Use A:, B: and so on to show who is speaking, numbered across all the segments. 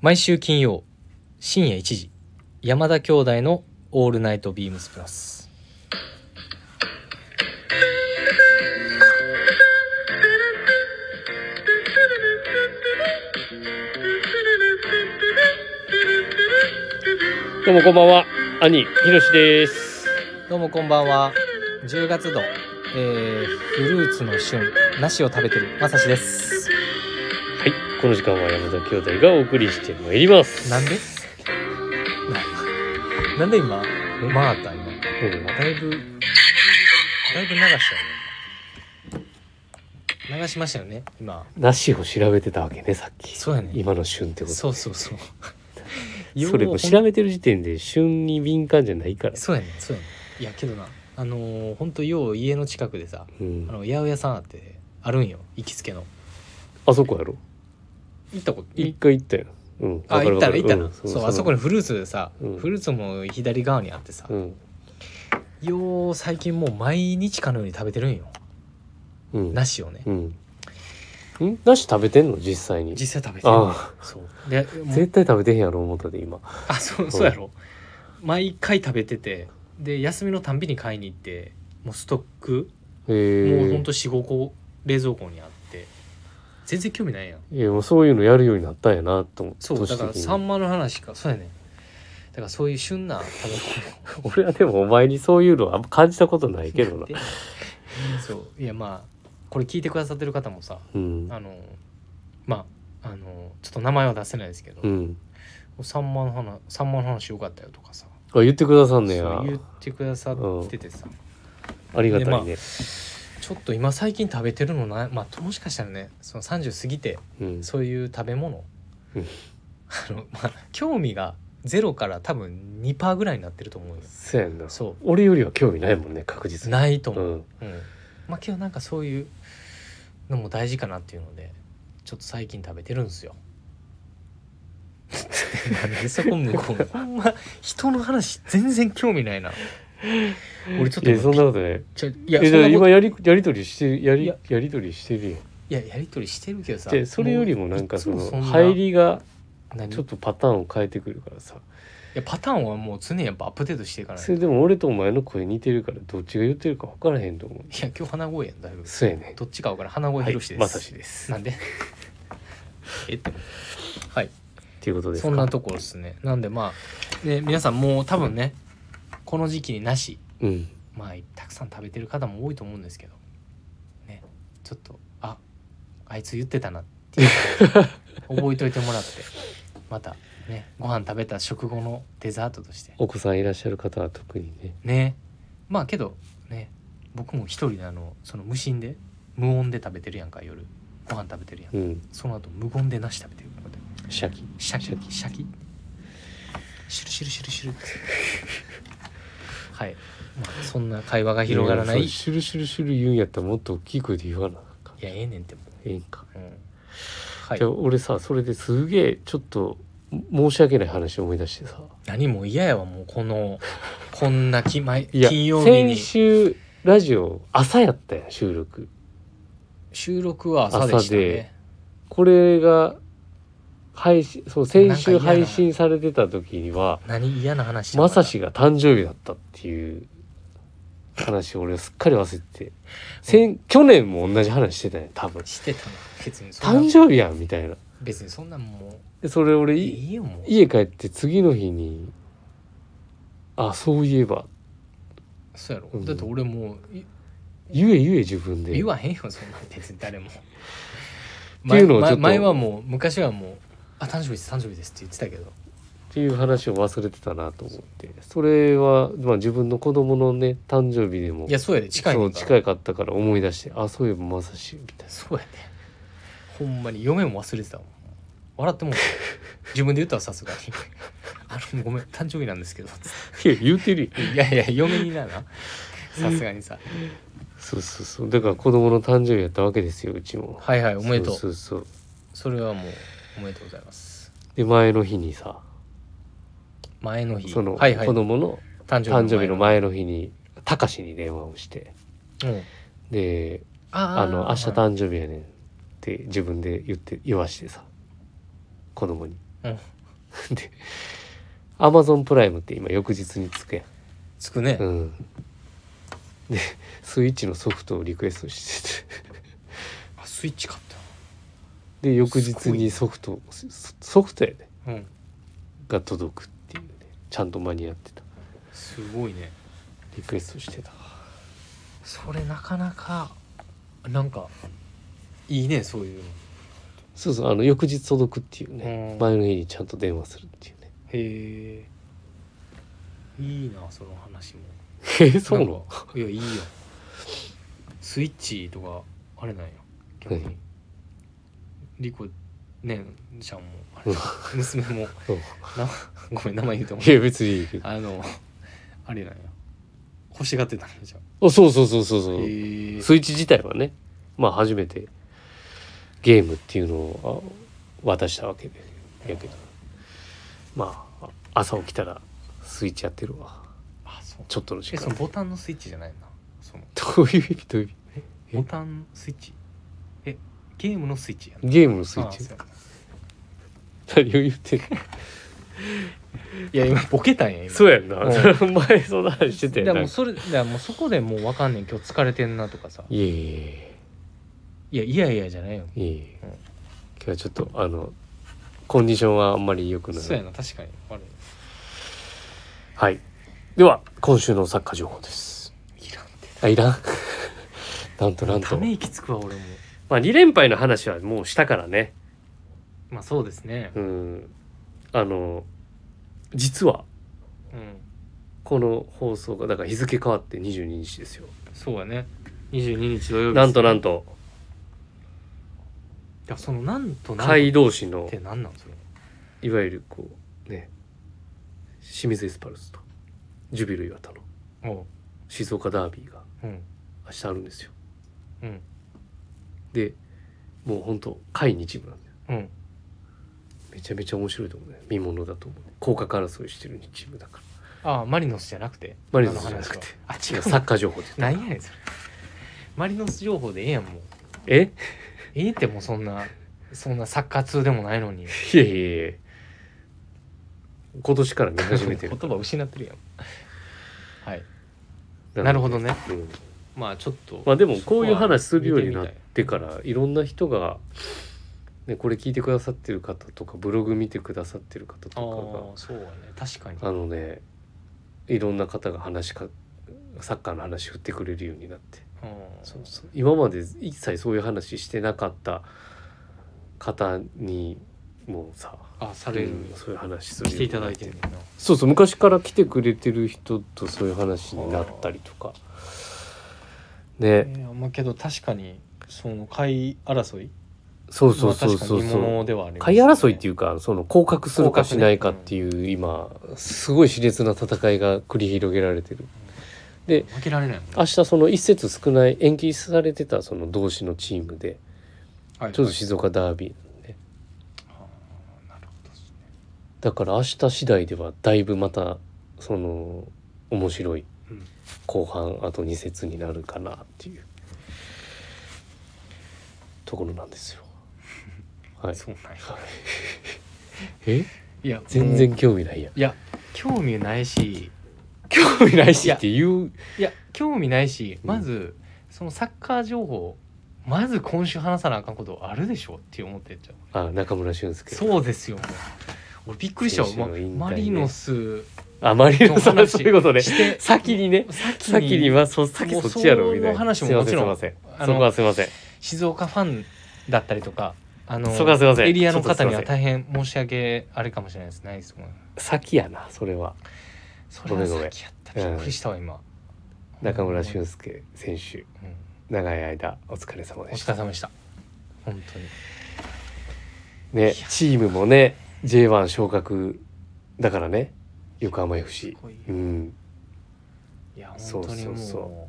A: 毎週金曜深夜1時山田兄弟の「オールナイトビームスプラス」
B: どうもこんばんは兄ひろしです
A: どうもこんばんは10月度、えーフルーツの旬梨を食べてるまさしです
B: はいこの時間は山田兄弟がお送りしてまいります
A: なんでななんで今まあった今だ
B: うん
A: いぶだいぶ流したよね流しましたよね今
B: 梨を調べてたわけねさっき
A: そうやね
B: 今の旬ってこと
A: そうそうそう
B: それもう調べてる時点で旬に敏感じゃないから
A: そうやねそうやねいやけどなあのー、ほんとよう家の近くでさ
B: う
A: あ
B: ん
A: の八百屋さんあってあるんよ行きつけの
B: あそこやろ
A: 行ったこと
B: 一回行ったようん
A: あ
B: わか
A: 行
B: る
A: っ
B: わか
A: たら
B: る
A: 行ったら、
B: うん
A: そうあそこにフルーツでさ、
B: うん
A: フルーツも左側にあってさ、
B: うん
A: よう最近もう毎日かのように食べてるんよ
B: うん
A: 梨をね
B: うんん梨食べてんの実際に
A: 実際食べてる
B: あ
A: そうで
B: あ
A: もう
B: 絶対食べてへんやろ思ったで今
A: あそうそうやろ毎回食べててで休みのたんびに買いに行ってもうストック
B: へ
A: もうほ
B: え
A: んと45個冷蔵庫にあって全然興味ないやん
B: いやもうそういうのやるようになったんやなと思って
A: そうだから
B: 年的に
A: サンマの話かそうやねだからそういう旬な食べ
B: 俺はでもお前にそういうのはあんま感じたことないけど
A: 物
B: な
A: で そういやまあこれ聞いてくださってる方もさ
B: うん
A: あのまああのちょっと名前は出せないですけど、
B: うん
A: サンマの話サンマの話よかったよとかさ
B: あ言ってくださんね
A: そ
B: や
A: う言ってくださっててさ、
B: ありがたい
A: で
B: ね
A: ちょっと今最近食べてるのなまあもしかしたらねその30過ぎて
B: うん
A: そういう食べ物、
B: うん
A: あのまあ興味がゼロから多分2%ぐらいになってると思うよ
B: そうやんな
A: そ
B: 俺よりは興味ないもんね確実
A: う
B: に
A: ないと思
B: う
A: う、
B: ん
A: うんまあけどなんかそういうのも大事かなっていうのでちょっと最近食べてるんですよなんでそこ向こう ほんま人の話全然興味ないな俺ちょっ
B: い
A: と
B: やそんな
A: 今
B: ことない
A: ちょいや
B: え
A: そ
B: じ
A: ん
B: ゃ
A: な
B: あ
A: こと
B: 今やりやり取りしてやり
A: いや
B: やり取りしてるやん
A: いややり取りしてるけどさ
B: でそれよりもなんかそ
A: いつもん
B: の
A: な
B: 入りが
A: 何
B: ちょっとパターンを変えてくるからさ
A: いやパターンはもう常にやっぱアップデートしていかない
B: そ
A: とい
B: れでも俺とお前の声似てるからどっちが言ってるか分からへんと思う
A: や今日鼻声やんだいぶ
B: そうやね
A: どっちかわからん鼻声ひろしです、
B: まさしです
A: なんでえってはい
B: っていうことですか
A: そんなところですねなんでまあで皆さんもう多分ねこの時期になし
B: うん
A: まあたくさん食べてる方も多いと思うんですけどねちょっとああいつ言ってたなっていう覚えといてもらってまたねご飯食べた食後のデザートとして
B: お子さんいらっしゃる方は特にね
A: ねまあけどね僕も一人であのその無心で無音で食べてるやんか夜ご飯食べてるやん
B: うん
A: その後無言でなし食べてるからね
B: シャキ
A: シャキ
B: シ
A: シ
B: ャ
A: ャキシャキシュルシュルシュルシュルはい、まあ、そんな会話が広がらないい
B: やそれシュルシュルシュル言うんやったらもっと大きい声で言わなあかん
A: やええねんっても
B: ええんか、
A: う、うん、はい
B: じゃあ俺さそれですげえちょっと申し訳ない話を思い出してさ
A: 何も嫌やわもうこの こんなき毎
B: いや
A: 金曜日に
B: 先週ラジオ朝やったやん収録
A: 収録は朝でしたね
B: これが配信そう先週
A: なんか嫌な
B: 配信されてた時には
A: 何嫌な話だ
B: まさしが誕生日だったっていう話を俺すっかり忘れてて先去年も同じ話してたね多分
A: してたの別にそん
B: 誕
A: な
B: 生日やんみたいな
A: 別にそんなんも
B: でそれ俺
A: うい
B: い
A: いよもう
B: 家帰って次の日にあそういえば
A: そうやろ、
B: うん
A: だって俺もうい
B: 言え言え自分で
A: 言わへんよそんなん別に 誰も
B: ていうのを
A: 前
B: ちょっと
A: 前はもう昔はもう「あ誕生日です誕生日です」って言ってたけど
B: っていう話を忘れてたなと思ってそれは、まあ、自分の子供のね誕生日でも
A: いやそうやで近い
B: そ
A: ね
B: うん
A: から
B: 近かったから思い出してあそういえばまさしみたい
A: そうやでほんまに嫁も忘れてたもん笑ってもう た自分で言ったわさすがに「あのごめん誕生日なんですけど」つっ
B: な いや言うてるよ
A: ていやいや嫁にななさすがにさ「
B: そうそうそうだから子供の誕生日やったわけですようちも
A: はいはいおめでとう」そ
B: そうそうそう
A: れはもうおめでとうございます
B: で前の日にさ
A: 前の日
B: その
A: はいは
B: 子
A: い、
B: 供の
A: 誕
B: 誕生日の前の日にたかしに電話をして
A: うん
B: で
A: あ
B: あの明日
A: 生
B: 誕生日やねんって自分で言って言わしてさ子供に
A: うん
B: でアマゾンプライムって今翌日につくやん
A: つくね、
B: うんでスイッチのソフトをリクエストしてて
A: あスイッチ買っ
B: で翌日にソフトソソフトやね
A: たうん
B: が届くっていうねちゃんと間に合ってた
A: すごいね
B: リクエストしてた
A: それなかなかなんかいいねそういうの
B: そうそうあの翌日届くっていうね
A: うん
B: 前の日にちゃんと電話するっていうね
A: へえいいなその話も
B: え そうなの
A: なんかいやいいよスイッチとかあれなんよ逆に
B: 何
A: リコねちゃんもあれ娘も
B: うん
A: なごめん名前言うと思
B: いや別にいいけど
A: あのあれなんや欲しがってたんじゃん
B: あそうそうそうそうそう、
A: へえ
B: スイッチ自体はねまあ初めてゲームっていうのをあ渡したわけでやけどまあ朝起きたらスイッチやってるわ
A: あそう
B: ちょっとの時
A: えその
B: 間
A: ボタンのスイッチじゃないなその
B: どういう意味どういう意味え
A: ボタンスイッチえゲームのスイッチやん
B: ゲームのスイッチ
A: あそうや
B: 何を言ってんの
A: ないや今ボケたんや今
B: そうやんな
A: うん
B: 前そんな話してた
A: だ
B: や
A: から
B: ん
A: もう
B: な
A: それだからもうそこでもう分かんねん今日疲れてんなとかさ
B: いえいえ
A: いやいやいやじゃないよ
B: いえいえ
A: うん
B: 今日はちょっとあのコンディションはあんまり良くな
A: そうや
B: い
A: な確かに悪い
B: はいでは今週のサッカー情報です
A: いらんて
B: あいらん なんとなん
A: た
B: と
A: め息つくわ俺も
B: まあ、2連敗の話はもうしたからね
A: まあそうですね
B: うんあの実は
A: うん
B: この放送がだから日付変わって22日ですよ
A: そうやね22日土曜日
B: なんとなん
A: とい
B: と
A: やそのなんとなんとっ
B: 甲斐同士の
A: てなんなんそれ
B: いわゆるこうね清水エスパルスとジュビロ磐田の
A: おう
B: 静岡ダービーが
A: うん
B: 明日あるんですよ
A: うん
B: でもうほんと甲斐2チームなんだよ
A: うん
B: めちゃめちゃ面白いと思うね見ものだと思うね降格争いしてる2チームだから
A: ああマリノスじゃなくて
B: マリノスじゃなくて
A: あの話
B: い
A: は
B: や
A: あ違う
B: サッカー情報で
A: なんやねんそれマリノス情報でええやんもう
B: え
A: ええってもうそんなそんなサッカー通でもないのに
B: いやいやいや今年から見始 めてる
A: 言葉失ってるやんはいなるほどね
B: うん
A: まあちょっと
B: まあでもこういう話するようになっ
A: そこは見てみ
B: てからいろんな人が、ね、これ聞いてくださってる方とかブログ見てくださってる方
A: たいあ
B: と
A: あそうやね確かに
B: かがあのねいろんな方が話しかサッカーの話振ってくれるようになって
A: うん
B: そうそう今まで一切そういう話してなかった方にもさ
A: あされる、
B: うんそういう話する
A: 来ていただい
B: る
A: てるんだな
B: そうそう昔から来てくれてる人とそういう話になったりとかね
A: いやまあけど確かにその会争い
B: そうそうそうそう
A: まあ確かに
B: そ
A: 見も
B: う
A: のではあります
B: 買い争いっていううかその降格するかしないかっていう、今すごい熾烈な戦いが繰り広げられてるで
A: 負けられないもんね
B: 明日その一節少ない延期されてたその同士のチームで
A: はい
B: ちょっと静岡ダービーなんで
A: あーなるほどですね
B: だから明日次第ではだいぶまたその面白い
A: うん
B: 後半あと2節になるかなっていうところなんです よ。はい、
A: そうなんや
B: え
A: いや
B: 全
A: も
B: 然興味ないやん。
A: ういや興味ないし
B: 興味ないしって言う
A: いや興味ないし
B: うん
A: まず、そのサッカー情報まず今週話さなあかんことあるでしょって思ってっちゃう
B: あ中村俊介
A: そうですよもう俺びっくりしたわ、
B: 選手の引退ね
A: まマリノス
B: あまりの
A: の
B: さん
A: 話
B: そういうことね
A: して
B: 先にね
A: 先
B: 先にはそう先
A: もう
B: そっちやろみたい
A: その
B: な
A: 話ももちろん
B: すいませんすいませ
A: あの
B: んそこはすいません
A: 静岡ファンだったりとかあの
B: そこはすいません
A: エリアの方に
B: ちょ
A: は
B: っとすいま
A: 大変申し訳あれかもしれないですないですもん
B: 先やなそれは
A: それは先やった
B: ごめんごめん
A: びっくりしたわ今
B: 中村俊
A: 介、
B: 介選手
A: うん
B: 長い間お疲れ様
A: お
B: でし
A: 疲れ
B: た
A: 様でした本当に
B: ねチームもね J1 昇格だからね横浜 FC
A: すごいよ
B: うん
A: いや
B: そ
A: 本
B: う
A: 当にもう
B: そうそ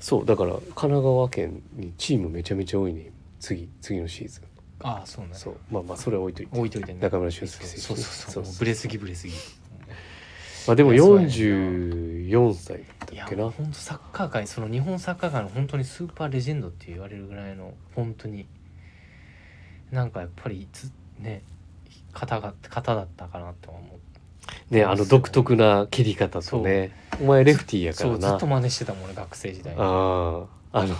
B: そうだから神奈川県にチームめちゃめちゃ多いね次次のシーズン
A: ああそうね
B: そうまあまあそれは置いといて
A: 置いといてね
B: 中村俊介選手
A: そうそうそう
B: そう
A: も
B: そうう
A: ブレすぎブレすぎ
B: まあでも
A: いやそうやねんな
B: 44歳
A: い
B: だ
A: や
B: っけな
A: 本当サッカー界その日本サッカー界の本当にスーパーレジェンドって言われるぐらいの本当になんかやっぱりいつね方が方だったかなって思う
B: ねあの独特な切り方とねお前レフティーやか
A: そ
B: ら
A: うずっ
B: な
A: と真似してたもん俺学生時代
B: あああの
A: 中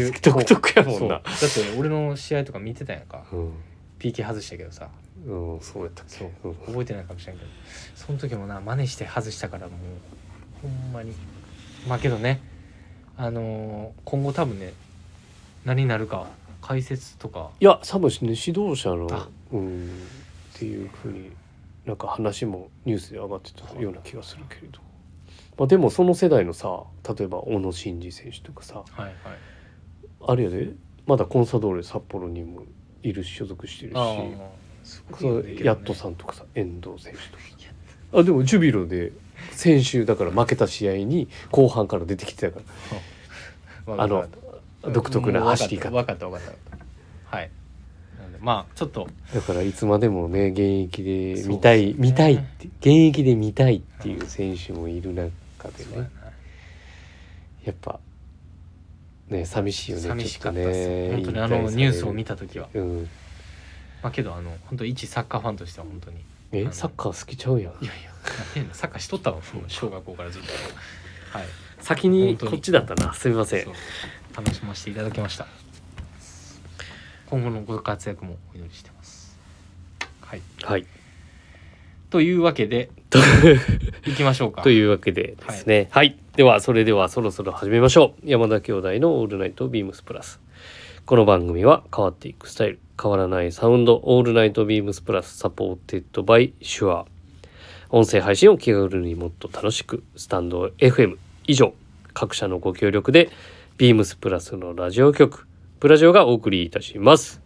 B: ね独特やも
A: そ
B: ん
A: うだっ
B: な
A: て俺の試合とか見てたやんか
B: う
A: PK 外したけどさ
B: ん、うん、そうやったっけ
A: そう
B: うん
A: 覚えてないかもしれんけどその時もな真似して外したからもうほんまにまあけどねあのー今後多分ね何になるか解説とか
B: いや多分ね指導者の
A: あ
B: うんっていうふうになんか話もニュースで上がってたような気がするけれど、まあ、でもその世代のさ例えば小野伸二選手とかさ
A: はいはい
B: あれやでまだコンサドーレ札幌にもいるし所属してるし
A: ああすごい
B: そ
A: よ
B: う
A: ねけどね
B: やっとさんとかさ遠藤選手とかさあでもジュビロで先週だから負けた試合に後半から出てきてたか
A: わ
B: ら
A: か
B: あ
A: るわ
B: の
A: かる
B: 独特な
A: もうわか
B: 走り方
A: 分かった分かったはいなんでまあちょっと
B: だからいつまでもね現役で見たい、
A: そうですね
B: 見たいって現役で見たいっていう選手もいる中で
A: そうや
B: ね
A: な
B: やっぱね寂しいよね
A: 寂しかった
B: ちょ
A: です
B: とね
A: 本当にあのニュースを見
B: た、
A: た時は
B: うん、
A: まあけどあの本当一サッカーファンとしては本 当にあ
B: え
A: の
B: サッカー好きちゃうやん
A: いやいやなんていうのサッカーしとったわもう小学校からずっとはい
B: 先
A: 本
B: に
A: 当に
B: こっちだったなすみません
A: そう楽しませていただきました今後のご活躍もお祈りしてますはい
B: はい
A: というわけ で
B: と
A: いきましょうか
B: というわけでですねはい、ではそれではそろそろ始めましょう山田兄弟の「オールナイトビームスプラス」この番組は変わっていくスタイル変わらないサウンド「オールナイトビームスプラス」サポーテッドバイシュア音声配信を気軽にもっと楽しくスタンド FM 以上各社のご協力でビームスプラスのラジオ局プラジオがお送りいたします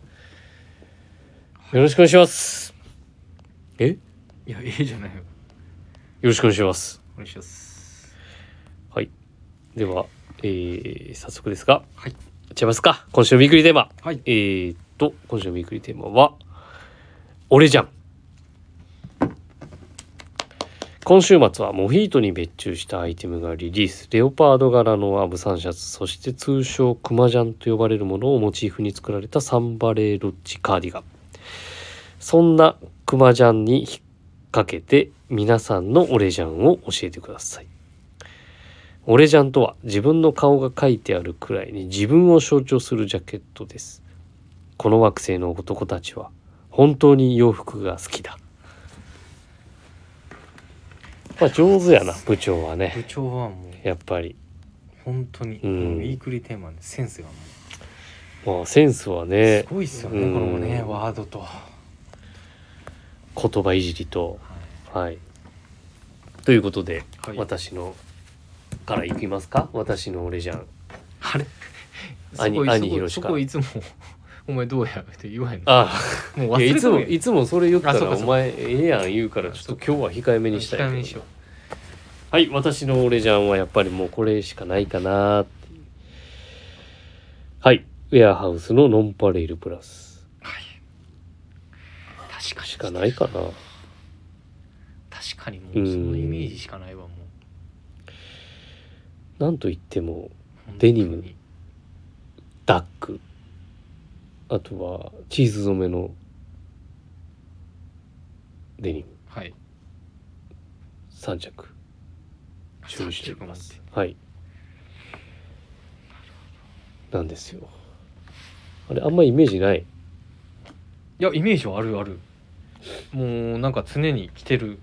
B: よろしくお願いしますえよ
A: いやええじゃないよ
B: ろしくお願いします
A: お願いします
B: はい。では、えー、早速ですが、
A: はい
B: いっちゃいますか。今週のウィークリーテーマ。
A: はい
B: えー、っと、今週のウィークリーテーマは、俺じゃん。今週末はモヒートに別注したアイテムがリリース。レオパード柄のアブサンシャツ、そして通称クマジャンと呼ばれるものをモチーフに作られたサンバレーロッジカーディガン。そんなクマジャンに引っ掛けて皆さんのオレジャンを教えてください。オレジャンとは自分の顔が書いてあるくらいに自分を象徴するジャケットです。この惑星の男たちは本当に洋服が好きだ。まあ上手やな部長は
A: 部
B: ね
A: 長はもう
B: やっぱり
A: 本当に、
B: うん
A: もうウィークリーテーマでセンスがもう
B: まあセンスはね
A: すごいっすよね、
B: うん
A: このねワードと、は
B: 言葉いじりと
A: い
B: はい。ということで、
A: はい
B: 私のからいきますか私のオレジャン。
A: あれ
B: 兄
A: そこ
B: 兄
A: そこ
B: ひろし
A: そ
B: から
A: こいつもお前どうやって言わへんの
B: あ
A: もう
B: いやいつも
A: るやん
B: いつもそれ言った
A: あそう
B: ら
A: か
B: お
A: そうか
B: 前ええやん言うからちょっと今日は控えめにしたいけど
A: 控えめにしよう
B: はい私の俺じゃんはやっぱりもうこれしかないかなっていうはいウェアハウスのノンパレールプラス
A: はい確かに
B: しかないかな
A: 確かにもうそのイメージしかないわもう
B: なんといっても
A: 本当に
B: デニムダックあとはチーズ染めのデニム
A: はい
B: 3着注意しておりま
A: 30
B: す
A: 分
B: はいなんですよあれあんまイメージない
A: いやイメージはあるあるもうなんか常に着てる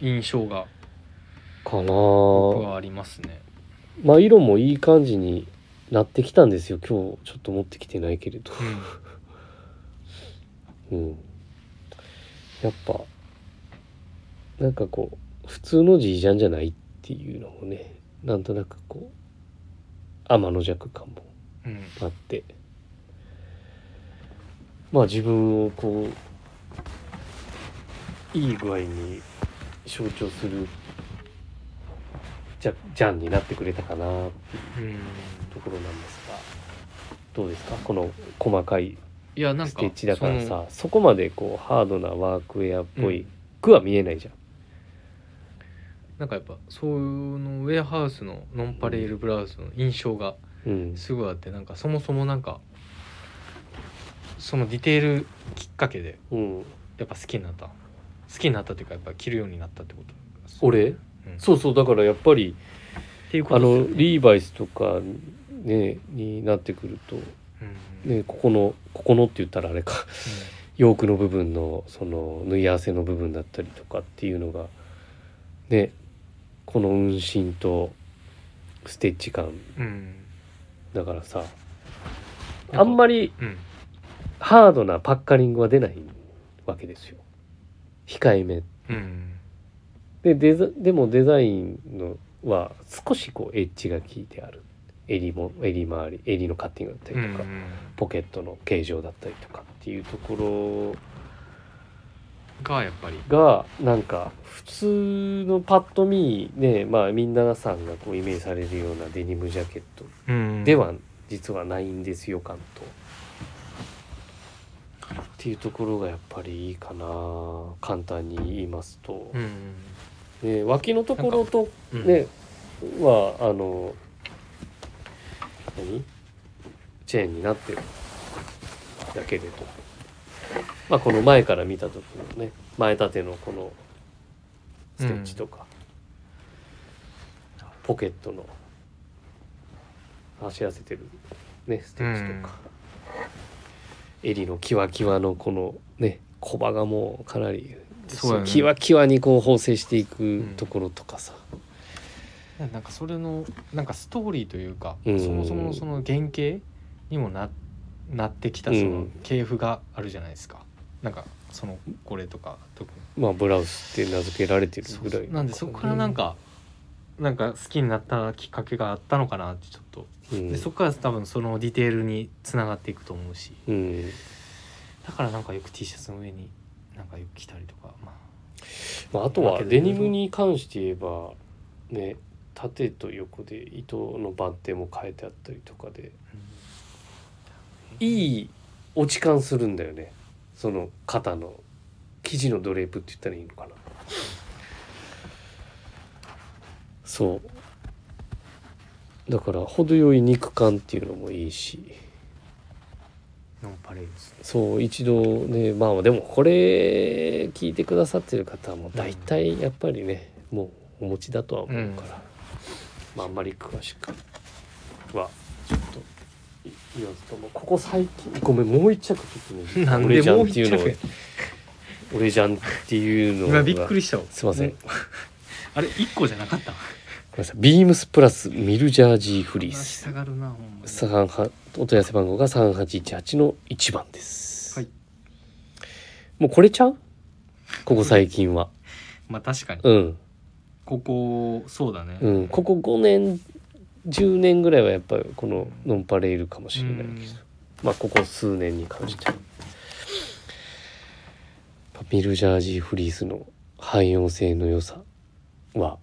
A: 印象が
B: かな
A: 僕
B: ぁ
A: はありますね
B: まあ色もいい感じになってきたんですよ今日ちょっと持ってきてないけれど
A: うん
B: うんやっぱなんかこう普通のじいじゃんじゃないっていうのもねなんとなくこう天の弱感も
A: うん
B: あってまあ自分をこういい具合に象徴するじゃじゃんになってくれたかなっていう
A: うん
B: ところなんですがどうですかこの細かい
A: いやなん
B: ス
A: か
B: テッチだから
A: その
B: さそこまでこうハードなワークウェアっぽ
A: う
B: い
A: ん
B: くは見えないじゃん、
A: なんかやっぱそういうのウェアハウスのノンパレールブラウスの印象が
B: うん
A: すごいあってなんかそもそもなんかそのディテールききっかけで
B: うん、
A: やっぱ好きになった好きになったというかやっぱ着るようになったってこと
B: 俺
A: うん
B: そうそうだからやっぱり
A: っていうこ
B: あ
A: と
B: の
A: ですよね
B: リーバイスとか、ね、になってくると、
A: うん
B: ね、ここのここのって言ったらあれか ヨークの部分のその縫い合わせの部分だったりとかっていうのがねこの運針とステッチ感
A: うんうん
B: だからさ
A: なんか
B: あんまり
A: うん
B: ハードなパッカリングは出ないわけですよ控えめ
A: うん
B: でデザでもデザインのは少しこうエッジが効いてある襟も襟周り襟のカッティングだった
A: うんう
B: りと
A: ん
B: か、ポケットの形状だったりとかっていうところ
A: がやっぱり
B: がなんか普通のパッと見ねまあみんなさんがこうイメージされるようなデニムジャケットでは実はないんですよ感と。っていうところがやっぱりいいかな簡単に言いますと
A: う、ん
B: ね、脇のところと
A: うんうん
B: ね、はあの何チェーンになってるだけでと、まあ、この前から見た時のね前立てのこのステッチとか、ポケットの走らせてる、ね、ステッチとか、襟のキワキワのこのねコバがもうかなり
A: そうやね
B: キワキワにこう縫製していく
A: ん
B: ところとかさ、
A: なんかそれのなんかストーリーというか、
B: うん
A: そもそものその原型にもななってきたそ
B: うん
A: の系譜があるじゃないですか、なんかそのこれとか特に
B: まあブラウスって名付けられてるぐらい
A: なんでそこからなんか、なんか好きになったきっかけがあったのかなってちょっと、
B: うん
A: でそこから多分そのディテールにつながっていくと思うし
B: うん
A: だからなんかよく T シャツの上になんかよく着たりとかまあ
B: まあ、あとはデニムに関して言えばね縦と横で糸の番手も変えてあったりとかでいい落ち感するんだよねその肩の生地のドレープって言ったらいいのかなそうだから程よい肉感っていうのもいいし
A: ノンパレードですね
B: そう一度ねまあでもこれ聞いてくださってる方はもう大体やっぱりね、もうお持ちだとは思うから、まああんまり詳しくはちょっと言わずともここ最近ごめんもう一着ちょっと ね
A: なん
B: 俺
A: で
B: じゃん
A: も
B: っ
A: う
B: てい
A: 一
B: うのを
A: 着
B: 俺じゃんっていうのが
A: 今びっくりしたわ
B: すいません
A: ねあれ一個じゃなかった
B: ごめんなさいビームスプラスミルジャージーフリー
A: 話
B: ス
A: 下がるなほんまに
B: 三八お問い合わせ番号が3818の1番です、
A: はい
B: もうこれちゃうここ最近は
A: まあ確かに、
B: うん
A: ここそうだね、
B: うん、ここ5年10年ぐらいはやっぱりこのノンパレールかもしれないけど、まあここ数年に関してはパミルジャージーフリースの汎用性の良さは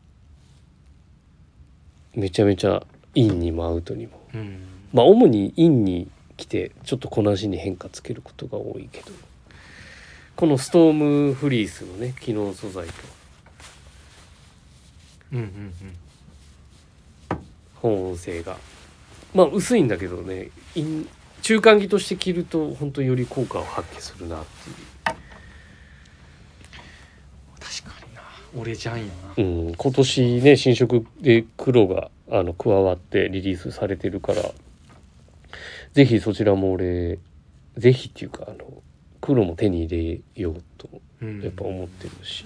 B: めちゃめちゃインにもアウトにも
A: うん、
B: まあ主にインに来てちょっとこなしに変化つけることが多いけどこのストームフリースのね機能素材と
A: うんうんうん
B: 保温性がまあ薄いんだけどねイン中間着として着ると本当より効果を発揮するなっていう
A: 確かにな俺じゃんよな、
B: うん、今年ね新色で黒があの加わってリリースされてるからぜひそちらも俺ぜひっていうかあの黒も手に入れようと
A: うん
B: やっぱ思ってるし、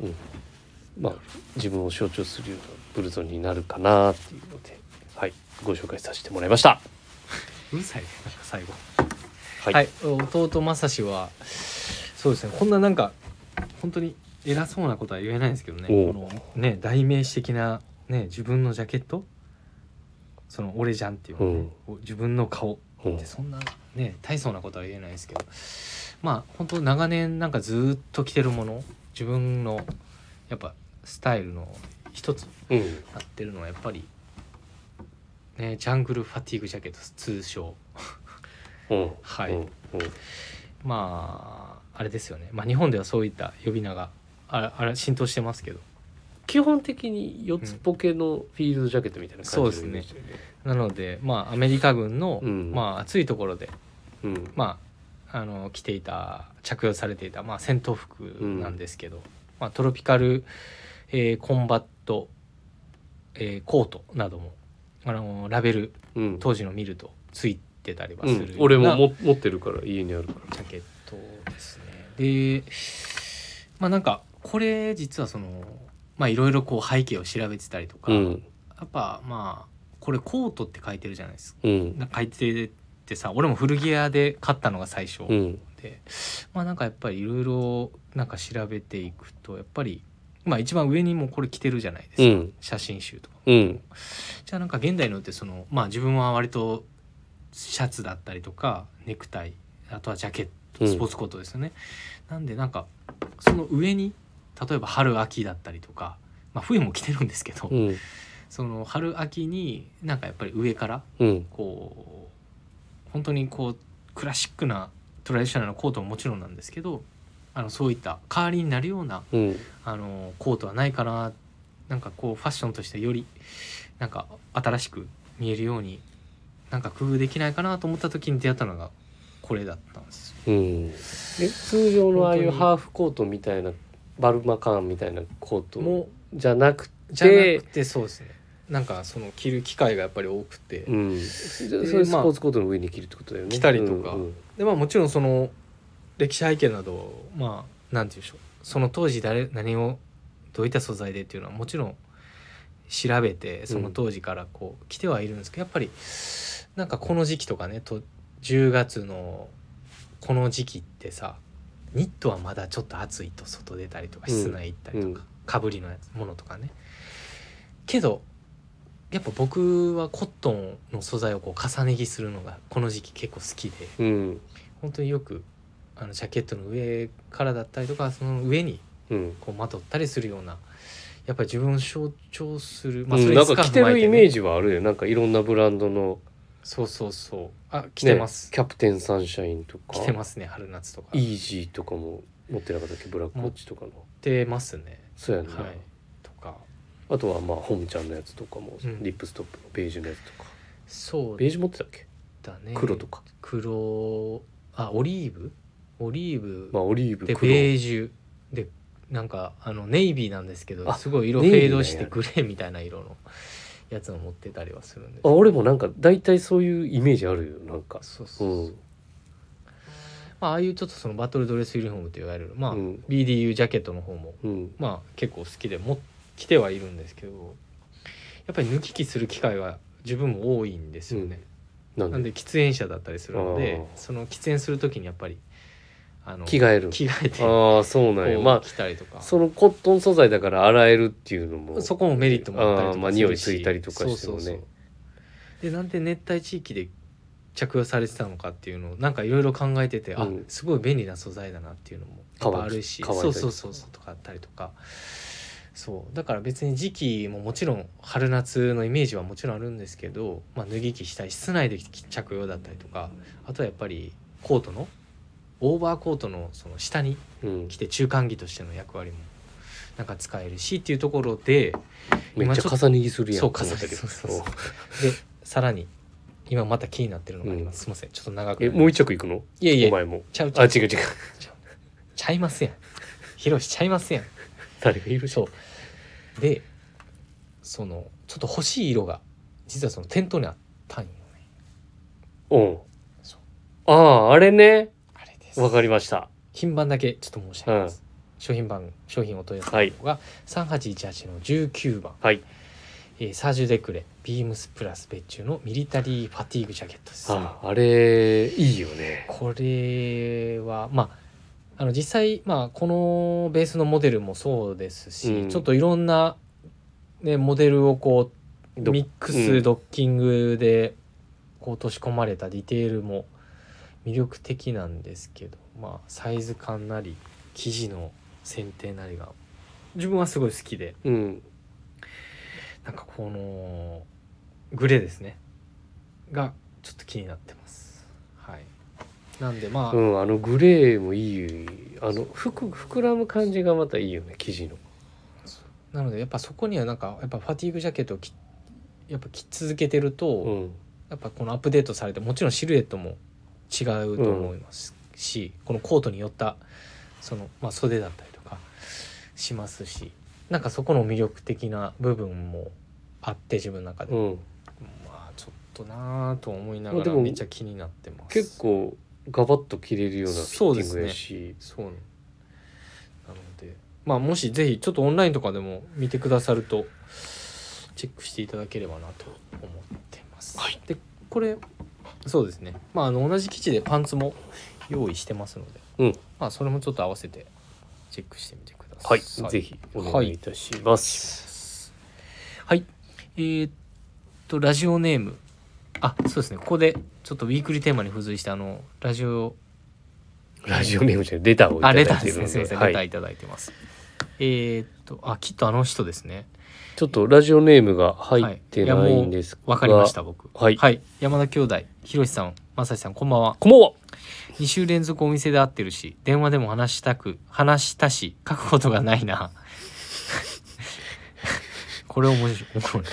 B: うん、まあ自分を象徴するようなブルゾンになるかなっていうので、はい、ご紹介させてもらいました。
A: うるさいねなんか最後
B: は
A: はい、弟正志はそうですねこんななんか本当に偉そうなことは言えないんですけどね
B: お
A: こ
B: う
A: のね代名詞的な、ね、自分のジャケットその「俺じゃん」っていう
B: う
A: のね、
B: ん
A: こう自分の顔
B: うん
A: でそんなね大層なことは言えないですけどまあ本当長年なんかずっと着てるもの自分のやっぱスタイルの一つに
B: うん
A: なってるのはやっぱり、ね、ジャングルファティーグジャケット通称
B: うん
A: はい
B: うんうん
A: まああれですよね、まあ、日本ではそういった呼び名があらあら浸透してますけど
B: 基本的に四つポケのフィールドジャケットみたいな感じのイメージだよね
A: なのでまあアメリカ軍の、
B: うん
A: まあ、暑いところで
B: うん
A: まああの着ていた着用されていた、まあ、戦闘服なんですけど、まあ、トロピカル、えーコンバット、えーコートなどもあのラベル
B: うん
A: 当時の見るとついてたりは
B: う、
A: するようなん
B: 俺もも持ってるから家にあるから
A: ジャケットですね。でまあなんかこれ実はそのまあいろいろこう背景を調べてたりとか、
B: う
A: や
B: ん
A: っぱまあこれコートって書いてるじゃないですか。
B: うん
A: なんか書いててさ俺も古着屋で買ったのが最初、
B: うん
A: でまあなんかやっぱりいろいろなんか調べていくとやっぱりまあ一番上にもこれ着てるじゃないですか、
B: うん
A: 写真集とか。
B: うん
A: じゃあなんか現代のってそのまあ自分は割とシャツだったりとかネクタイあとはジャケット
B: うん
A: スポーツコートですよね。なんでなんかその上に例えば春秋だったりとか、まあ、冬も着てるんですけど、
B: うん
A: その春秋になんかやっぱり上から
B: うん
A: こう本当にこうクラシックなトラディショナルなコートももちろんなんですけどあのそういった代わりになるような
B: うん
A: あのコートはないかななんかこうファッションとしてよりなんか新しく見えるようになんか工夫できないかなと思った時に出会ったのがこれだったんですよ
B: うんえ通常のああい
A: 本
B: う
A: 当に
B: ハーフコートみたいなバルマカーンみたいなコート
A: も
B: じゃなく
A: じゃな
B: て
A: くてそうですねなんかその着る機会がやっぱり多くて、
B: うんそれ
A: で
B: ス
A: まあ
B: ポーツコートの上に着るってことだよね
A: 着たりとか
B: うんうん
A: でまあもちろんその歴史背景などまあなんて言うんでしょうその当時誰何をどういった素材でっていうのはもちろん調べてその当時からこう来てはいるんですけど、やっぱりなんかこの時期とかねと10月のこの時期ってさニットはまだちょっと暑いと外出たりとか
B: うん
A: 室内行ったりとか、
B: うん
A: かぶりのやつものとかねけどやっぱ僕はコットンの素材をこう重ね着するのがこの時期結構好きで、
B: うん
A: 本当によくあのジャケットの上からだったりとかその上に
B: うん
A: こうまとったりするようなやっぱり自分を象徴する、
B: う
A: そ
B: ん
A: れ
B: な
A: に
B: んか
A: スカ
B: 着
A: フ
B: て
A: 巻い
B: るイメー
A: ね
B: ジはあるよなんかいろんなブランドの
A: そうそうそうあ着
B: ね
A: てます、
B: キャプテンサンシャインとか
A: 着てますね春夏とか
B: イージーとかも持ってなかったっけブラックウォッチとかの
A: 着てますね
B: そうやんな
A: はいとか
B: あとはまあホムちゃんのやつとかも
A: うん
B: リップストップのベージュのやつとか
A: そう
B: ベージュ持ってたっけ
A: だね
B: 黒とか
A: 黒あオリーブオリーブ、
B: まあオリーブ
A: でベ
B: 黒
A: ージュでなんかあのネイビーなんですけど
B: あ
A: すごい色フ
B: ネイビー
A: ェードして
B: なんや
A: グレーみたいな色のやつを持ってたりはするんです
B: あ俺もなんか大体そういうイメージあるよなんか
A: そう
B: う
A: そうそう、
B: ん
A: まあ、ああいうちょっとそのバトルドレスユニフォームといわれる、まあ
B: うん
A: BDU ジャケットの方も、
B: うん
A: まあ、結構好きでも着てはいるんですけどやっぱり抜き着する機会は自分も多いんですよね、
B: なんで
A: なんで喫煙者だったりするので
B: あー
A: その喫煙する時にやっぱりあの
B: 着替える
A: 着替えてこ
B: ああそうなんや
A: う
B: ま
A: 着たりとか、
B: あそのコットン素材だから洗えるっていうのも
A: そこもメリットもあったり
B: あー
A: と
B: まあ
A: か
B: 匂いついたりとかしても
A: そう
B: ね
A: そうそうでなんで熱帯地域で着用されてたのかっていうのをなんかいろいろ考えてて、
B: う
A: あ
B: ん
A: すごい便利な素材だなっていうのもやっぱあるし
B: 乾き乾い
A: そ
B: たり
A: うそうそうそうとかあったりとかそうだから別に時期ももちろん春夏のイメージはもちろんあるんですけど、まあ、脱ぎ着したり室内で着用だったりとかあとはやっぱりコートのオーバーコートのその下に
B: うん
A: 着て中間着としての役割もなんか使えるしっていうところで
B: めっちゃ重ね着するやん
A: そう
B: と思
A: 重
B: っ
A: ね
B: たけ
A: 着
B: ど
A: そうそうそうでさらに今また気になってるのがあります、すいませんちょっと長く
B: えもう一着いくの
A: いやいや
B: お前も
A: ちゃうち
B: あ
A: ゃ
B: 違
A: う
B: う違う
A: ちゃいますやんヒロシちゃいますやん
B: 誰がいるし
A: そうでそのちょっと欲しい色が実はその店頭にあったんよね
B: うん
A: そう
B: あああれね
A: あれです
B: わかりました
A: 品番だけちょっと申し上げます、商品番商品お問い合わせ番号が3818の19番、
B: はい
A: えーサージュ・デクレビームスプラス別注のミリタリーファティーグジャケットです
B: ああれいいよね
A: これはまああの実際、まあ、このベースのモデルもそうですし、
B: うん
A: ちょっといろんな、ね、モデルをこう
B: ど
A: ミックス、
B: うん
A: ドッキングでこう閉じ込まれたディテールも魅力的なんですけど、まあ、サイズ感なり生地の選定なりが自分はすごい好きで
B: うん
A: なんかこのグレーですねがちょっと気になってます。はい、なんでまあ、
B: うんあのグレーもいいあのふく膨らむ感じがまたいいよね生地の
A: なのでやっぱそこにはなんかやっぱファティーグジャケットをきやっぱ着続けてると、
B: うん
A: やっぱこのアップデートされてもちろんシルエットも違うと思いますしこのコートによったその、まあ、袖だったりとかしますしなんかそこの魅力的な部分もあって自分の中で、
B: うん、
A: まあちょっとなぁと思いなが
B: まあで
A: ら
B: も
A: めっちゃ気になってます
B: 結構ガバッと切れるようなフィッティングやし、
A: そうなのでまあもしぜひちょっとオンラインとかでも見てくださるとチェックしていただければなと思ってます、
B: はい
A: でこれそうですねまああの同じ基地でパンツも用意してますので、
B: うん
A: まあそれもちょっと合わせてチェックしてみてくださ
B: はいい、ぜひお願いいたします。
A: はい。えーっと、ラジオネーム。あ、そうですね。ここで、ちょっとウィークリーテーマに付随して、あの、ラジオ、
B: ラジオネームじゃないレターをい
A: あ、
B: ただ
A: レ
B: い
A: ター
B: て
A: で
B: い
A: す
B: るの
A: ね。すい
B: で、
A: ません。
B: は
A: レ
B: い
A: ターいただいてます。えーっと、あ、きっとあの人ですね。
B: ちょっとラジオネームが入ってないんですが、
A: わかりました、僕。
B: はい
A: 山田兄弟、ひろしさん、まさしさん、こんばんは。
B: こんばんは。
A: 2週連続お店で会ってるし、電話でも話したく、話したし、書くことがないな。 これ面白い。面白いな。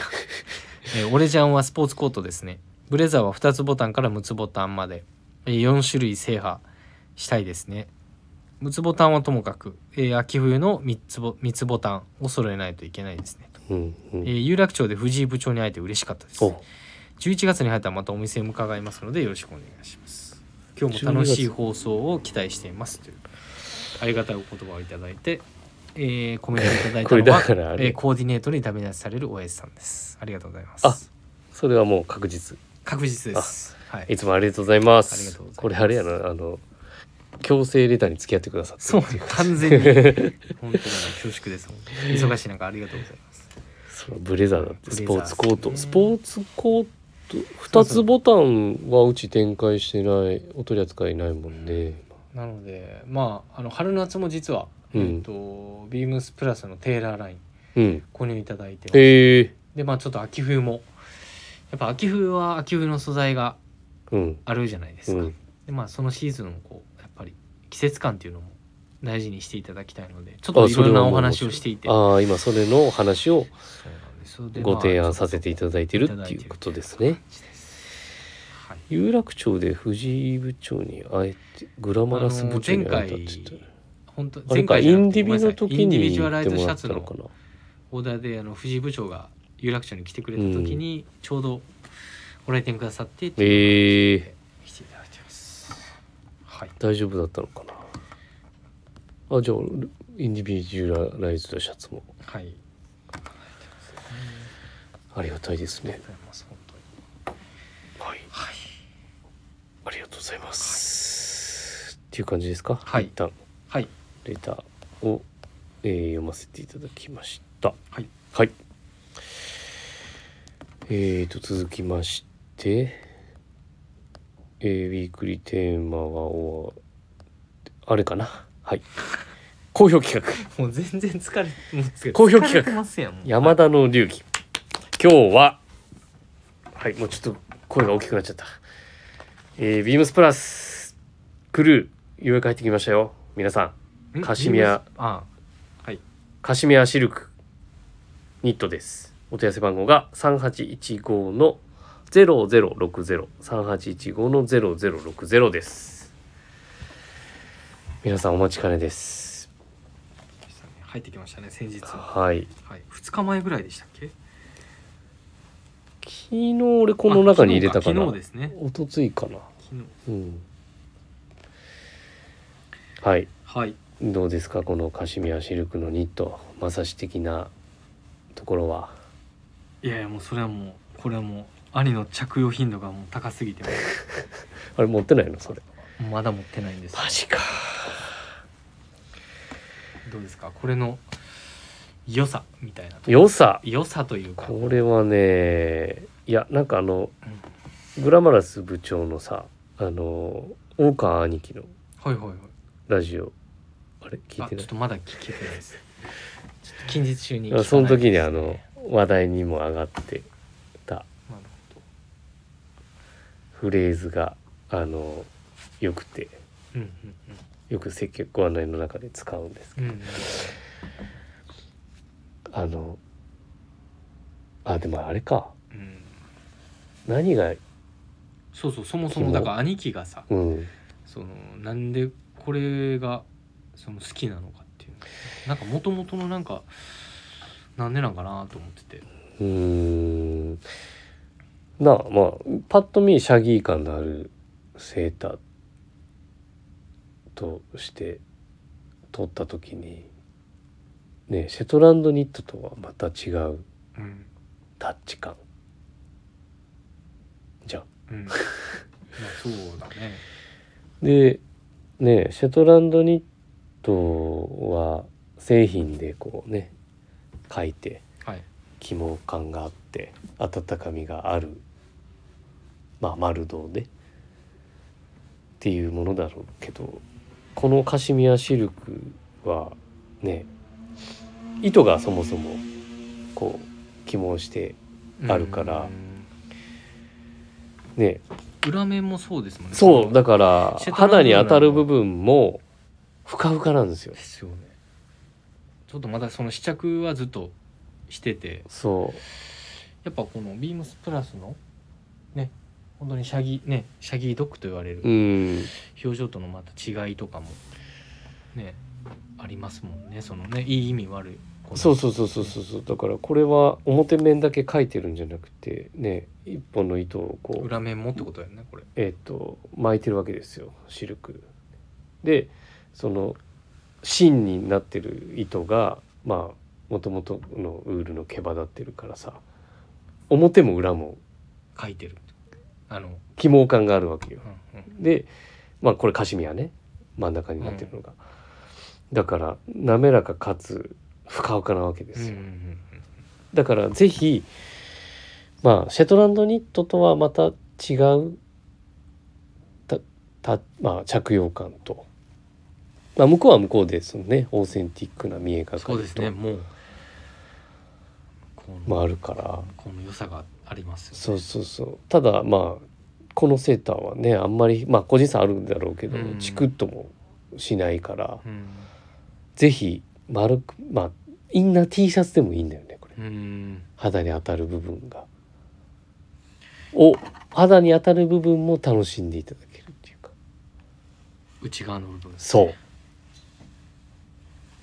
A: えー、俺ジャンはスポーツコートですね。ブレザーは2つボタンから6つボタンまで、えー、4種類制覇したいですね。6つボタンはともかく、えー秋冬の3つボ三つボタンを揃えないといけないですね。
B: うんう
A: え
B: ん。
A: ー有楽町で藤井部長に会えて嬉しかったです。
B: お、
A: 11月に入ったらまたお店へ伺いますのでよろしくお願いします今日も楽しい放送を期待していますというありがたいお言葉をいただいて、えーコメントいただい
B: こ
A: た
B: れ
A: の
B: だ
A: は
B: からあ
A: えー
B: れ、
A: コーディネートにダメ出しされる OS さんですありがとうございま
B: あ
A: す
B: それはもう確実。
A: 確実ですはいい
B: つもありがとうございます。
A: ありがとうございます
B: これあれやな、あの強制レターに付き合ってくださって
A: そう完全に 本当に恐縮です本当に忙しい中ありがとうございます
B: そうブレザーだってスポーツコート、
A: ブレザーです
B: ス
A: ね
B: ポーツコート2つボタンはうち展開してないお取り扱いないもんね
A: なのでまああの春夏も実は、
B: うん
A: えっとビームスプラスのテーラーライン
B: うん
A: 購入いただいてます
B: へえ
A: でまあちょっと秋冬もやっぱ秋冬は秋冬の素材が
B: うん
A: あるじゃないです
B: う
A: か、
B: ん
A: でまあそのシーズンをこうやっぱり季節感っていうのも大事にしていただきたいのでちょっといろんなお話をしていてそう
B: ああ今それのお話
A: な
B: を
A: んですそれで
B: ご提案させ
A: て
B: ていただいてるっていうことですね
A: はい
B: 有楽町で藤井部長に会えてグラマラス部長に会えたって言ってた、
A: 本当
B: あれ
A: 前
B: か
A: 回
B: インディビの
A: イ
B: 時
A: ンディビ
B: に
A: ジュア
B: 行
A: ラ
B: っ
A: イ
B: て
A: ズシ
B: もら
A: ャ
B: っ
A: ツ
B: たの
A: の
B: かな
A: オーダーであの藤井部長が有楽町に来てくれた時にちょうどご来店くださってって
B: ええ
A: 来ていただいてます、はい
B: 大丈夫だったのかなあじゃあインディビジュアライズドシャツも
A: はいあり
B: ありがたいです
A: がとう
B: ね
A: ございます本当に
B: はい
A: はい
B: ありがとうございます、っていう感じですか
A: はい
B: 一旦
A: はい
B: レターを、えー読ませていただきました
A: はい
B: はいえーと続きましてえーウィークリーテーマはおあれかなはい好評企画
A: もう全然疲れもう疲れ
B: 好評企画
A: 疲れてますやんもう
B: 山田の流儀今日ははいもうちょっと声が大きくなっちゃったえー、ビームスプラスクルーようやく入ってきましたよ皆さん
A: ん
B: カシミヤ
A: あ
B: カシミヤシルクニットですお問い合わせ番号が3815の00603815の0060です皆さんお待ちかねです
A: 入ってきましたね先日は、
B: はい
A: はい、2日前ぐらいでしたっけ
B: 昨日俺この中に入れたか
A: あ
B: な
A: 昨日ですね
B: おとついかな
A: 昨日
B: うんはい
A: はい
B: どうですかこのカシミヤシルクのニットまさし的なところはい
A: やいやもうそれはもうこれはもう兄の着用頻度がもう高すぎて
B: あれ持ってないのそれ
A: まだ持ってないんです
B: ジか
A: どうですかこれの良さみたいな
B: 良さ
A: 良さというか
B: これはねいやなんかあのグラマラス部長のさあの大川兄貴の
A: はいはいはい
B: ラジオあれ聞い
A: あ
B: て
A: ちょ
B: な
A: っ
B: い
A: とまだ 聞けてないですちょっと近日中に聞か
B: あ
A: ない
B: その時に
A: です
B: あの話題にも上がってた
A: なるほ
B: フレーズがあのよくて
A: どうんうん
B: よく接客ご案内の中で使うんですけ
A: うんうんうん
B: どあのあでもあれか
A: うん
B: 何が
A: そうそうそもそ
B: 肝
A: もだから兄貴がさ
B: うん
A: そのなんでこれがその好きなのかっていうなんかもともとのなんかなんでなんかなと思ってて
B: うーんなあまあパッと見シャギー感のあるセーターとして撮った時にねシェトランドニットとはまた違う
A: うん
B: タッチ感じゃん
A: うんまあそうだね
B: でねシェトランドニットは製品でこうね書いて
A: はい
B: 起毛感があって温かみがあるまあ丸胴でっていうものだろうけどこのカシミヤシルクはね糸がそもそもこう起毛してあるから
A: うん
B: ね
A: 裏面もそうですもんね
B: そうだ
A: か
B: から
A: シェトランド
B: 肌に当たる部分もふかふかなんですよ
A: で。すよねちょっとまだその試着はずっとしてて
B: そう
A: やっぱこのビームスプラスのね本当にシャギねシャギードッグと言われる
B: うん、
A: 表情とのまた違いとかもねありますもんねそのねいい意味悪いこの
B: そうそうそうそうそうそうだからこれは表面だけ描いてるんじゃなくてね一本の糸をこう
A: 裏面もってことやねこれ
B: えっ、と巻いてるわけですよシルク。でその芯になってる糸がまあもともとのウールの毛羽立ってるからさ表も裏も
A: 書いてるあの、
B: 起毛感があるわけよ
A: う。んうん
B: でまあこれカシミヤね真ん中になってるのが。だから滑らかかつふかふかなわけで
A: うん
B: すよ。
A: うんうんうん
B: だからぜひまあシェトランドニットとはまた違うたた、まあ、着用感と、まあ、向こうは向こうでそのねオーセンティックな見え方
A: そうですねもうこの,、
B: もあるから
A: この良さがありますよね
B: そうそうそうただまあこのセーターはねあんまりまあ個人差あるんだろうけど、
A: うん
B: チクッともしないから
A: うん
B: ぜひ丸くまあインナー T シャツでもいいんだよねこれ。
A: うん
B: 肌に当たる部分がを肌に当たる部分も楽しんでいただけるっていうか
A: 内側の部分
B: そう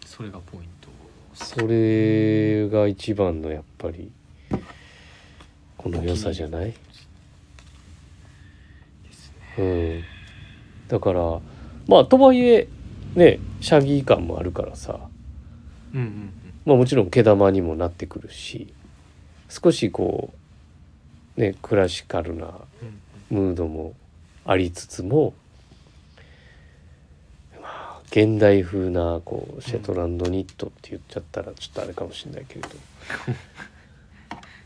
A: それがポイント
B: それが一番のやっぱりこの良さじゃない、
A: ですね
B: うん、だからまあとはいえねシャギー感もあるからさ、
A: うんうんうん
B: まあ、もちろん毛玉にもなってくるし少しこうねクラシカルな
A: うんうん
B: ムードもありつつも、まあ、現代風なこうシェトランドニットって言っちゃったらちょっとあれかもしれない けれど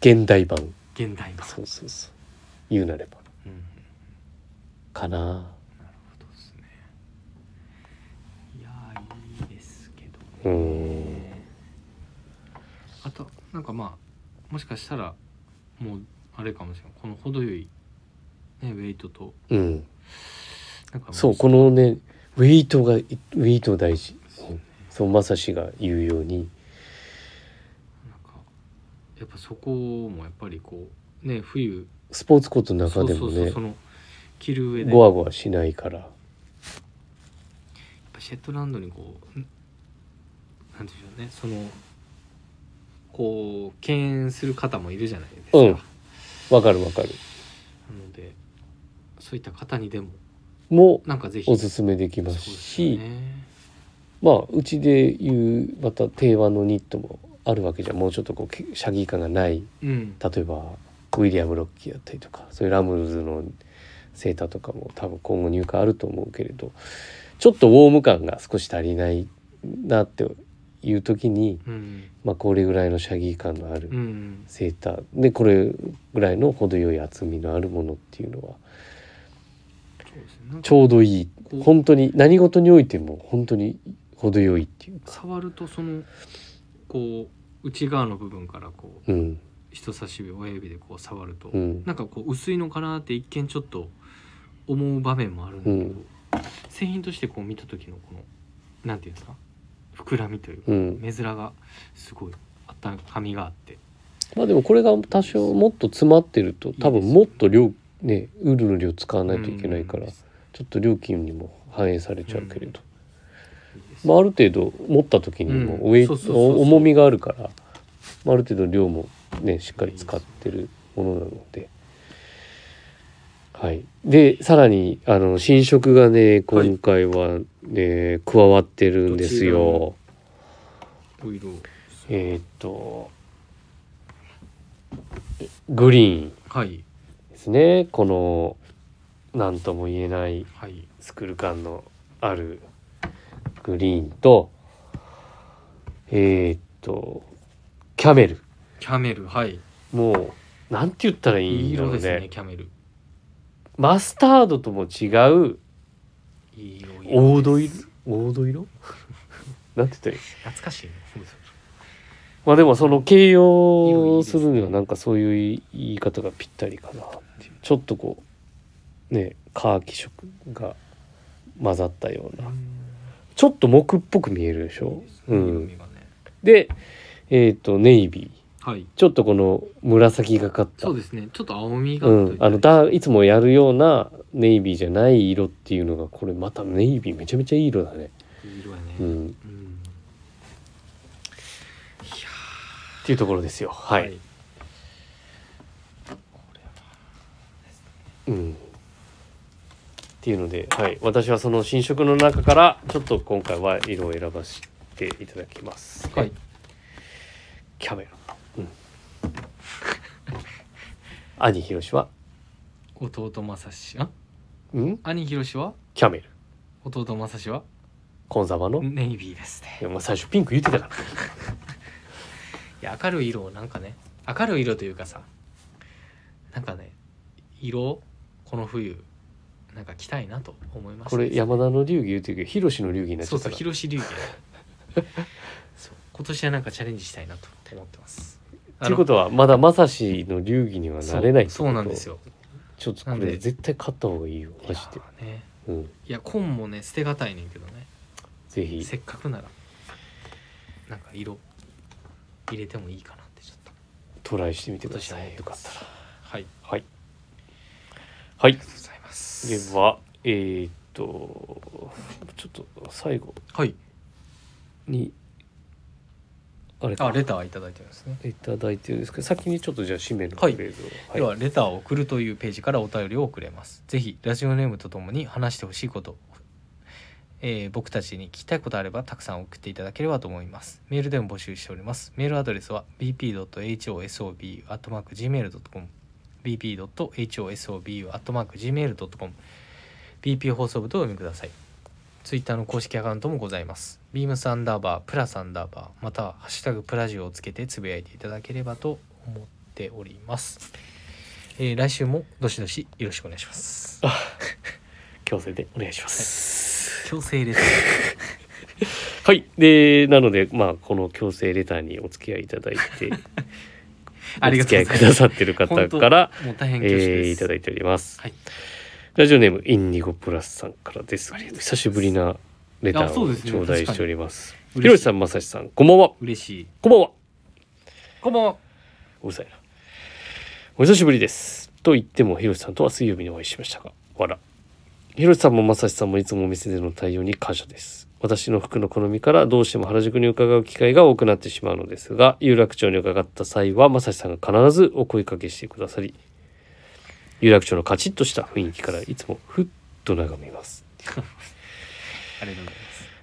B: 現代版
A: 現代版
B: そうそうそう言うなれば
A: うんうん
B: かな
A: なるほどですねいやーいいですけど
B: うーん
A: ねあとなんかまあもしかしたらもうあれかもしれないこの程よい、ね、ウェイトと
B: うん
A: なんかも
B: そうこのねウェイトがウェイト大事そうまさしが言うように
A: なんかやっぱそこもやっぱりこうね冬
B: スポーツコートの中で
A: そ
B: も
A: うそうそう
B: ね
A: その着る上で
B: ゴワゴワしないから
A: やっぱシェットランドにこうんなんていうんでしょうねそのこう敬遠する方もいるじゃないですか、
B: うん
A: な
B: わかるわかる
A: のでそういった方にでも
B: も
A: なんかぜひ
B: おすすめできます
A: そうです
B: し
A: よね
B: まあうちでいうまた定番のニットもあるわけじゃんもうちょっとこうけシャギー感がない
A: うん
B: 例えばウィリアム・ロッキーだったりとかそういうラムズのセーターとかも多分今後入荷あると思うけれどちょっとウォーム感が少し足りないなっていう時に、
A: うん
B: まあ、これぐらいのシャギー感のある
A: うん
B: セーターでこれぐらいの程よい厚みのあるものっていうのは
A: そうですねなんか
B: ちょうどいい
A: こう
B: 本当に何事においても本当に程よいっていうか。
A: 触るとそのこう内側の部分からこう
B: うん
A: 人差し指親指でこう触ると、
B: うん
A: なんかこう薄いのかなって一見ちょっと思う場面もあるんだけど、
B: うん
A: 製品としてこう見た時のこのなんていうんですか膨らみというか
B: うん、
A: 目面がすごいあったかみがあって
B: まあでもこれが多少もっと詰まってると多分もっと量ねウールの量使わないといけないから
A: うん
B: ちょっと料金にも反映されちゃうけれど、
A: です
B: まあ、ある程度持った時にも
A: うん
B: ウェイ
A: そうそう
B: ト、
A: そうそう
B: 重みがあるから、まあ、ある程度量もねしっかり使ってるものなので。はい、でさらにあの新色が
A: は
B: ね
A: い
B: 今回は、ね加わってるんですよ。
A: お色を
B: えーっとグリーン
A: はい
B: ですねこの何とも言えない
A: はい
B: スクール感のあるグリーンとえーっとキャメル
A: キャメルはい
B: もうなんて言ったらい
A: い
B: い
A: い
B: んだろ
A: 色
B: う
A: ですね
B: ね
A: キャメル
B: マスタードとも違う
A: いい色いい色
B: 黄土色黄土色 なんて言ったらいい
A: 懐かしいね
B: まあでもその形容する
A: 色いい
B: に
A: です
B: は
A: ね
B: なんかそういう言い方がぴったりかなっていうちょっとこうねカーキ色が混ざったようなちょっと木っぽく見えるでしょ
A: いいです
B: う
A: ね
B: ん
A: 色、味がね
B: でえっ、とネイビー
A: はい
B: ちょっとこの紫がかった
A: そうですねちょっと青みが
B: うん、あのだいつもやるようなネイビーじゃない色っていうのがこれまたネイビーめちゃめちゃいい色だね、
A: いい色やね
B: う
A: うん
B: ん、
A: い
B: っ
A: や
B: ていうところですよ
A: ー
B: はい、
A: これは
B: うん、っていうので、はい、私はその新色の中からちょっと今回は色を選ばせていただきます、
A: はい
B: キャメル、うん、 兄ひろしは、
A: 弟正志あ
B: うん、
A: 兄ひろしは
B: キャメル
A: 弟正志は
B: コンサバの、い
A: ネイビーですね
B: やまあ最初ピンク言ってたから
A: いや明るい色をなんかね明るい色というかさなんかね色をこの冬なんか着たいなと思いました
B: これ山田の流儀言ってるけどひろしの流儀になっち
A: そ
B: ゃ
A: う
B: っ
A: そ
B: た
A: う
B: な
A: 広志流 儀そう今年はなんかチャレンジしたいなと思ってます
B: ということはまだまさしの流儀には
A: あの
B: なれないって
A: そ
B: こ
A: うそ
B: と
A: うなんですよ
B: ちょっとこ
A: なん
B: れ
A: で
B: 絶対買った方がいいよマジで、
A: いや,、ね、
B: うん、
A: いや紺もね捨てがたいねんけどね
B: ぜひ
A: せっかくならなんか色入れてもいいかなってちょっと
B: トライしてみて
A: 今
B: くだ
A: 年
B: さ
A: はい
B: よかったら
A: はいあり
B: はいはい
A: がとうございま
B: ですはえーっとちょっと最後
A: はい
B: にあれ
A: あ
B: か
A: レターいただいてるんですね
B: いただいてるんですけど先にちょっとじゃあ締めのフ
A: はい
B: レーズを
A: ではレターを送るというページからお便りを送れます。ぜひラジオネームとともに話してほしいこと、えー僕たちに聞きたいことあればたくさん送っていただければと思います。メールでも募集しております。メールアドレスは bp.hosobu.gmail.com bp.hosobu.gmail.com bp 放送部とお読みください。ツイッターの公式アカウントもございます。ビームスアンダーバー、プラスアンダーバー、またはハッシュタグプラジオをつけてつぶやいていただければと思っております。えー来週もどしどしよろしくお願いします。
B: 強制でお願いします
A: 強制です。
B: はい、でなのでまあこの強制レターにお付き合いいただい て
A: ありがとうございます
B: お付き合いくださってる方から、
A: もう大
B: え
A: 変恐縮
B: ー
A: です。
B: いただいております、
A: はい
B: ラジオネームインディゴプラスさんからです久しぶりなレタ
A: あそう
B: ーを
A: ですね
B: 頂戴しております
A: かに
B: ひろしさんまさしさんこんばんは
A: 嬉しい。
B: こんばんは
A: こんばんは。
B: うるさいな。お久しぶりです。と言っても、ひろしさんとは水曜日にお会いしましたが、わら。ひろしさんもまさしさんもいつもお店での対応に感謝です。私の服の好みからどうしても原宿に伺う機会が多くなってしまうのですが、有楽町に伺った際は、まさしさんが必ずお声かけしてくださり、有楽町のカチッとした雰囲気からいつもふっと眺めます。
A: ありがとうございます。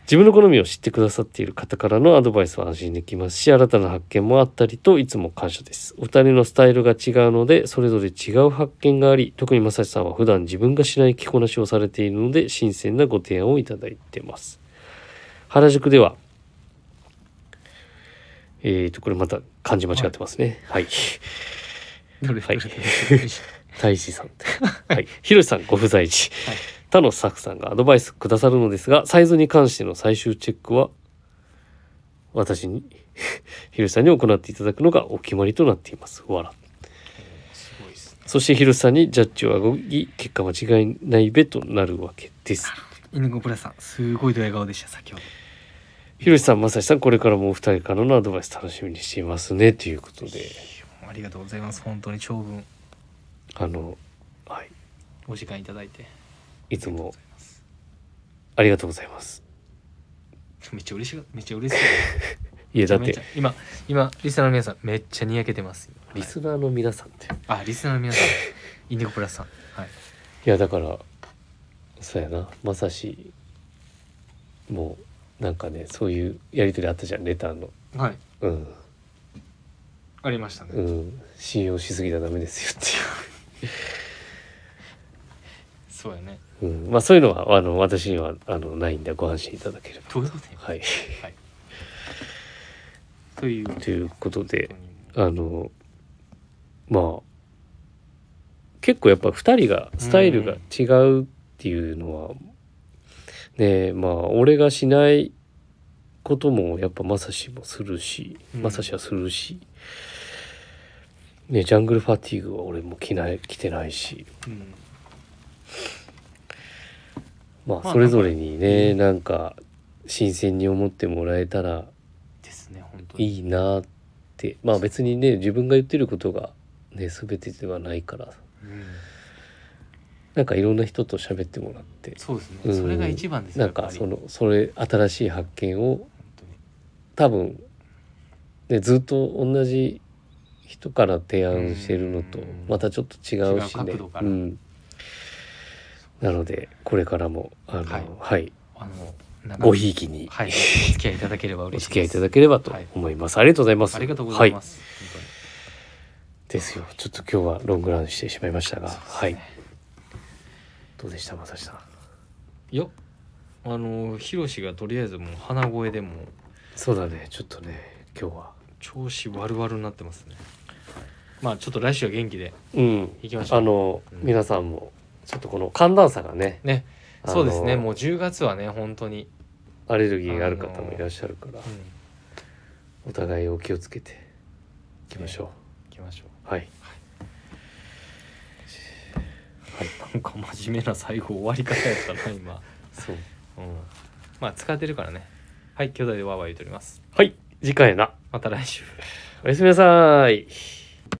B: 自分の好みを知ってくださっている方からのアドバイスは安心できますし新たな発見もあったりといつも感謝ですお二人のスタイルが違うのでそれぞれ違う発見があり特に正志さんは普段自分がしない着こなしをされているので新鮮なご提案をいただいてます原宿ではえー、とこれまた漢字間違ってますねはい
A: どれ
B: はい
A: どれどれ
B: 大志さん。 はい。ひろしさんご不在時。
A: はい
B: 他のスタッフさんがアドバイスくださるのですが、サイズに関しての最終チェックは、私に、 ひろしさんに行っていただくのがお決まりとなっています。わら。
A: すごいですね。
B: そしてひろしさんにジャッジを仰ぎ、結果間違いないべとなるわけです。
A: 犬子プラさん、すごいドヤ顔でした、先ほど。
B: ひろしさん、まさしさん、これからもお二人からのアドバイス楽しみにしていますね。ということで、
A: ありがとうございます。本当に長文、
B: あの、はい。
A: お時間いただいて。
B: いつも
A: ありがとうございます
B: ありがとうございます。
A: めっちゃ嬉しいめっちゃ嬉しい
B: いやだっ
A: めちゃ
B: て
A: めちゃ今今リスナーの皆さんめっちゃにやけてます今
B: リスナーの皆さんってい
A: はいあリスナーの皆 さんインディゴプラスさんはい
B: やだからそうやなまさしもうなんかねそういうやり取りあったじゃんレターの
A: はい
B: うん
A: ありましたね、
B: うん信用しすぎたらダメですよ
A: そうやね
B: っていう、うん、まあそういうのはあの私にはあのないんでご安心いただければ
A: どういうことや
B: はい
A: はいという
B: ということで
A: 本当に
B: あのまあ結構やっぱ2人がスタイルが違うっていうのは、ねえまあ俺がしないこともやっぱまさしもするし
A: うん
B: まさしはするし、ねえジャングルファティーグは俺も着ない着てないし
A: うん
B: ま
A: ま
B: あ
A: あ
B: それぞれにね、
A: うん
B: なんか新鮮に思ってもらえたら
A: ですね本当に
B: いいなってまあ別にね自分が言ってることが、ね、全てではないから
A: うん、
B: なんかいろんな人と喋ってもらって
A: そうですね、
B: うん
A: それが一番ですよ
B: なん
A: や
B: か
A: っぱり
B: そのそれ新しい発見を
A: 本当に
B: 多分、ね、ずっと同じ人から提案してるのと
A: うん
B: またちょっと違うしね
A: 違う角度か。
B: う
A: ら
B: ん、なのでこれからもあの、は
A: はいいあのなんか
B: ごひいきに
A: はいお付き合いいただければ
B: お
A: 嬉しい
B: 付き合いいただ
A: け
B: ければと思います。ありがとうございます。
A: ありがとうござい
B: は
A: ます、本
B: ですよちょっと今日はロングランしてしまいましたが、
A: 当
B: は
A: に
B: いどうでしたまさしさん
A: いやあのヒロシがとりあえずもう鼻声でもう
B: そうだねちょっとね今日は
A: 調子悪々になってますね、まあちょっと来週は元気で
B: うん
A: いきましょ
B: あ
A: う
B: の、
A: うん
B: 皆さんもちょっとこの寒暖差がね
A: ね
B: あの
A: そうですねもう10月はね本当に、
B: アレルギーがある方もいらっしゃるから、
A: うん、
B: お互いお気をつけていきましょう、
A: 行きましょう
B: はい
A: なんか真面目な最後終わり方やったな今、うん、
B: そう
A: まあ使ってるからねはい兄弟でわーわー言うとります
B: はい次回な
A: また来週
B: おやすみなさーい